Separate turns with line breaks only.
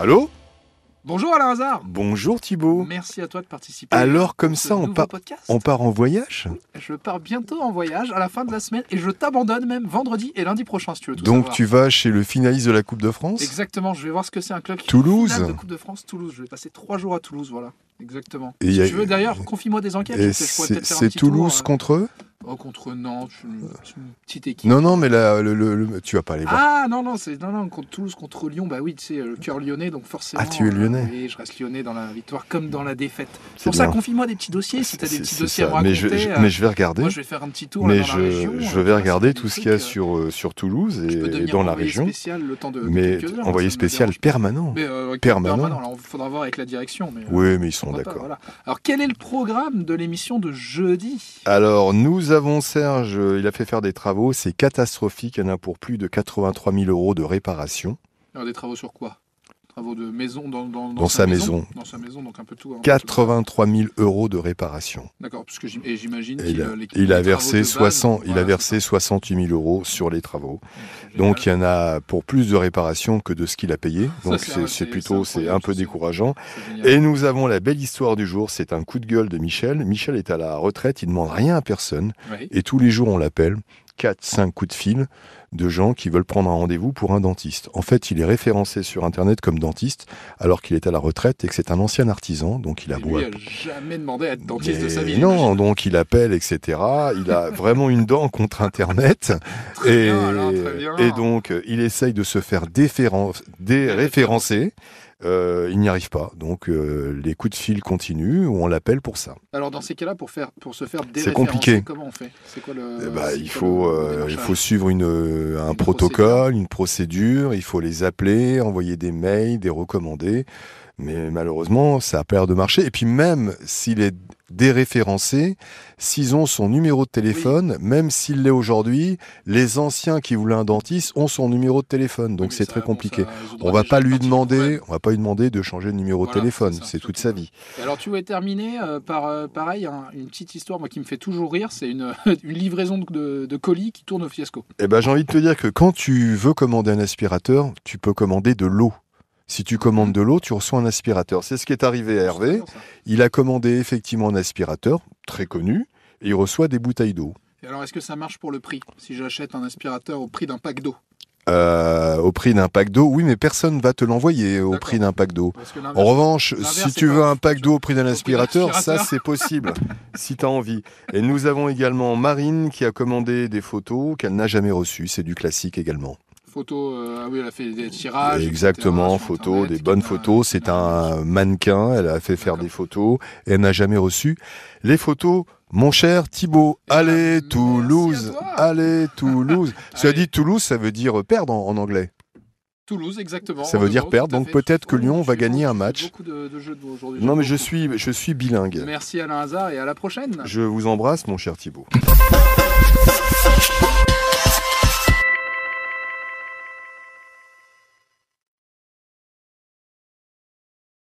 Allô
Bonjour Alain Hazard.
Bonjour Thibaut.
Merci à toi de participer.
Alors comme
à ce
ça, on,
nouveau
part
podcast.
on part en voyage
Je pars bientôt en voyage à la fin de la semaine et je t'abandonne même vendredi et lundi prochain si tu veux. tout
Donc
savoir.
tu vas chez le finaliste de la Coupe de France
Exactement. Je vais voir ce que c'est un club. qui-
Toulouse
Finale de Coupe de France Toulouse. Je vais passer trois jours à Toulouse. Voilà. Exactement.
Et il y
si
a-
tu veux d'ailleurs, confie-moi des enquêtes.
Et
parce que je pourrais
c'est
peut-être faire un
c'est
petit tour,
Toulouse
euh,
contre eux
oh, contre Nantes. C'est une, c'est une petite équipe.
Non, non, mais là, le, le- le- tu vas pas aller voir.
Ah non non c'est non non contre Toulouse contre Lyon bah oui tu sais le cœur lyonnais donc forcément
Ah, tu es lyonnais.
euh, oui je reste lyonnais dans la victoire comme dans la défaite
C'est
c'est pour ça
bien.
confie-moi des petits dossiers si t'as des
C'est-
petits
c'est
dossiers
ça.
à me raconter
mais, je, je-
euh,
mais je vais regarder.
Moi, je vais faire un petit tour là,
mais
dans
je,
la région. euh,
je
pour
vais
faire
regarder
certains
tout ce
trucs,
qu'il y a
euh,
sur, euh, sur Toulouse
je peux
et
devenir
dans la
envoyé
région.
Spécial, le temps de
mais
quelques heures,
envoyé
ça me
spécial
dérange pas.
permanent.
Mais, euh, avec
permanent.
permanent, alors, faudra voir avec la direction. Mais, euh,
Oui, mais ils sont
pourquoi pas,
d'accord.
voilà. Alors, quel est le programme de l'émission de jeudi
Alors, nous avons Serge, euh, il a fait faire des travaux, c'est catastrophique, il y en a pour plus de 83 000 euros de réparation.
Alors, Des travaux sur quoi Travaux de maison dans, dans,
Dans sa maison.
Dans sa maison, donc un peu tout. un peu tout.
83 000 euros de réparation.
D'accord, parce que j'im- et j'imagine
Et
qu'il
il a,
euh, les-
il
les
a
travaux
versé,
de base,
60, il a
voilà,
versé 68 000 euros sur les travaux.
c'est ça.
Donc il y en a pour plus de réparation que de ce qu'il a payé.
Ça,
Donc
c'est-
c'est-
ouais,
c'est
c'est-
plutôt,
c'est
c'est un
incroyable,
peu
ça, c'est-
décourageant.
C'est génial.
Et nous avons la belle histoire du jour, c'est un coup de gueule de Michel. Michel est à la retraite, il demande rien à personne.
Oui.
Et tous les jours, on l'appelle. 4, 5 coups de fil de gens qui veulent prendre un rendez-vous pour un dentiste. En fait, il est référencé sur Internet comme dentiste, alors qu'il est à la retraite et que c'est un ancien artisan, donc il a
Et
beau
lui a jamais demandé à être dentiste de sa
mais
vie.
non, donc il appelle, etc. Il a vraiment une dent contre Internet.
Très
et,
bien, alors, très bien.
et donc, euh, il essaye de se faire déféren- déréférencer. Euh, il n'y arrive pas. Donc, euh, les coups de fil continuent ou on l'appelle pour ça.
Alors dans ces cas-là, pour, faire, pour se faire
C'est
déréférencer,
compliqué.
comment on fait C'est quoi le...
Eh ben,
c'est
il,
quoi
faut,
le- le
euh, il
démarchage
faut suivre une, euh, un
Une
protocole, une procédure, il faut les appeler, envoyer des mails, des recommandés. Mais malheureusement, ça a pas l'air de marcher. Et puis même s'il est déréférencé, s'ils ont son numéro de téléphone, même s'il l'est aujourd'hui, les anciens qui voulaient un dentiste ont son numéro de téléphone.
Oui,
Donc
mais
c'est
ça,
très
hein. bon,
compliqué.
ça résoudra
On va
déjà
pas
une
lui
partie du
demander,
problème.
on va pas lui demander de changer de numéro de
Voilà,
téléphone.
c'est ça,
C'est toute
surtout
sa
pas.
vie.
Et Alors tu voulais terminer euh, par euh, pareil hein, une petite histoire moi qui me fait toujours rire, c'est une, une livraison de, de- de colis qui tourne au fiasco.
Eh ben, j'ai envie de te dire que quand tu veux commander un aspirateur, tu peux commander de l'eau. Si tu commandes de l'eau, tu reçois un aspirateur. C'est ce qui est arrivé à Hervé. Il a commandé effectivement un aspirateur, très connu, et il reçoit des bouteilles d'eau.
Et alors est-ce que ça marche pour le prix Si j'achète un aspirateur au prix d'un pack d'eau
Euh, au prix d'un pack d'eau, oui, mais personne va te l'envoyer au
D'accord.
prix d'un pack d'eau.
Parce que l'inverse-
En revanche,
L'inverse,
si
c'est
tu
pas-
veux un pack d'eau au prix d'un
d'un
aspirateur, ça
aspirateur.
c'est possible, si tu as envie. Et nous avons également Marine qui a commandé des photos qu'elle n'a jamais reçues, c'est du classique également.
photo euh, ah oui, elle a fait des tirages
Exactement,
etc., sur
photos,
Internet,
des
qui
bonnes
m'a-
photos.
qui
C'est
m'a-
un mannequin, elle a fait faire
D'accord.
des photos et elle n'a jamais reçu les photos. Mon cher Thibaut,
Eh ben,
allez
merci à
Toulouse,
toi.
allez Toulouse. Cela
Allez.
dit, Toulouse, ça veut dire perdre en, en anglais.
Toulouse exactement.
Ça
en
veut
deux
dire
mots,
perdre,
tout à
donc
fait.
peut-être que
Oh,
Lyon
je
va
fais
gagner
beaucoup-
un
je fais
match.
Beaucoup de, de jeux de mots aujourd'hui.
Non mais je
Beaucoup.
suis, je suis bilingue.
euh, Merci Alain Hazard et à la prochaine.
Je vous embrasse, mon cher Thibaut.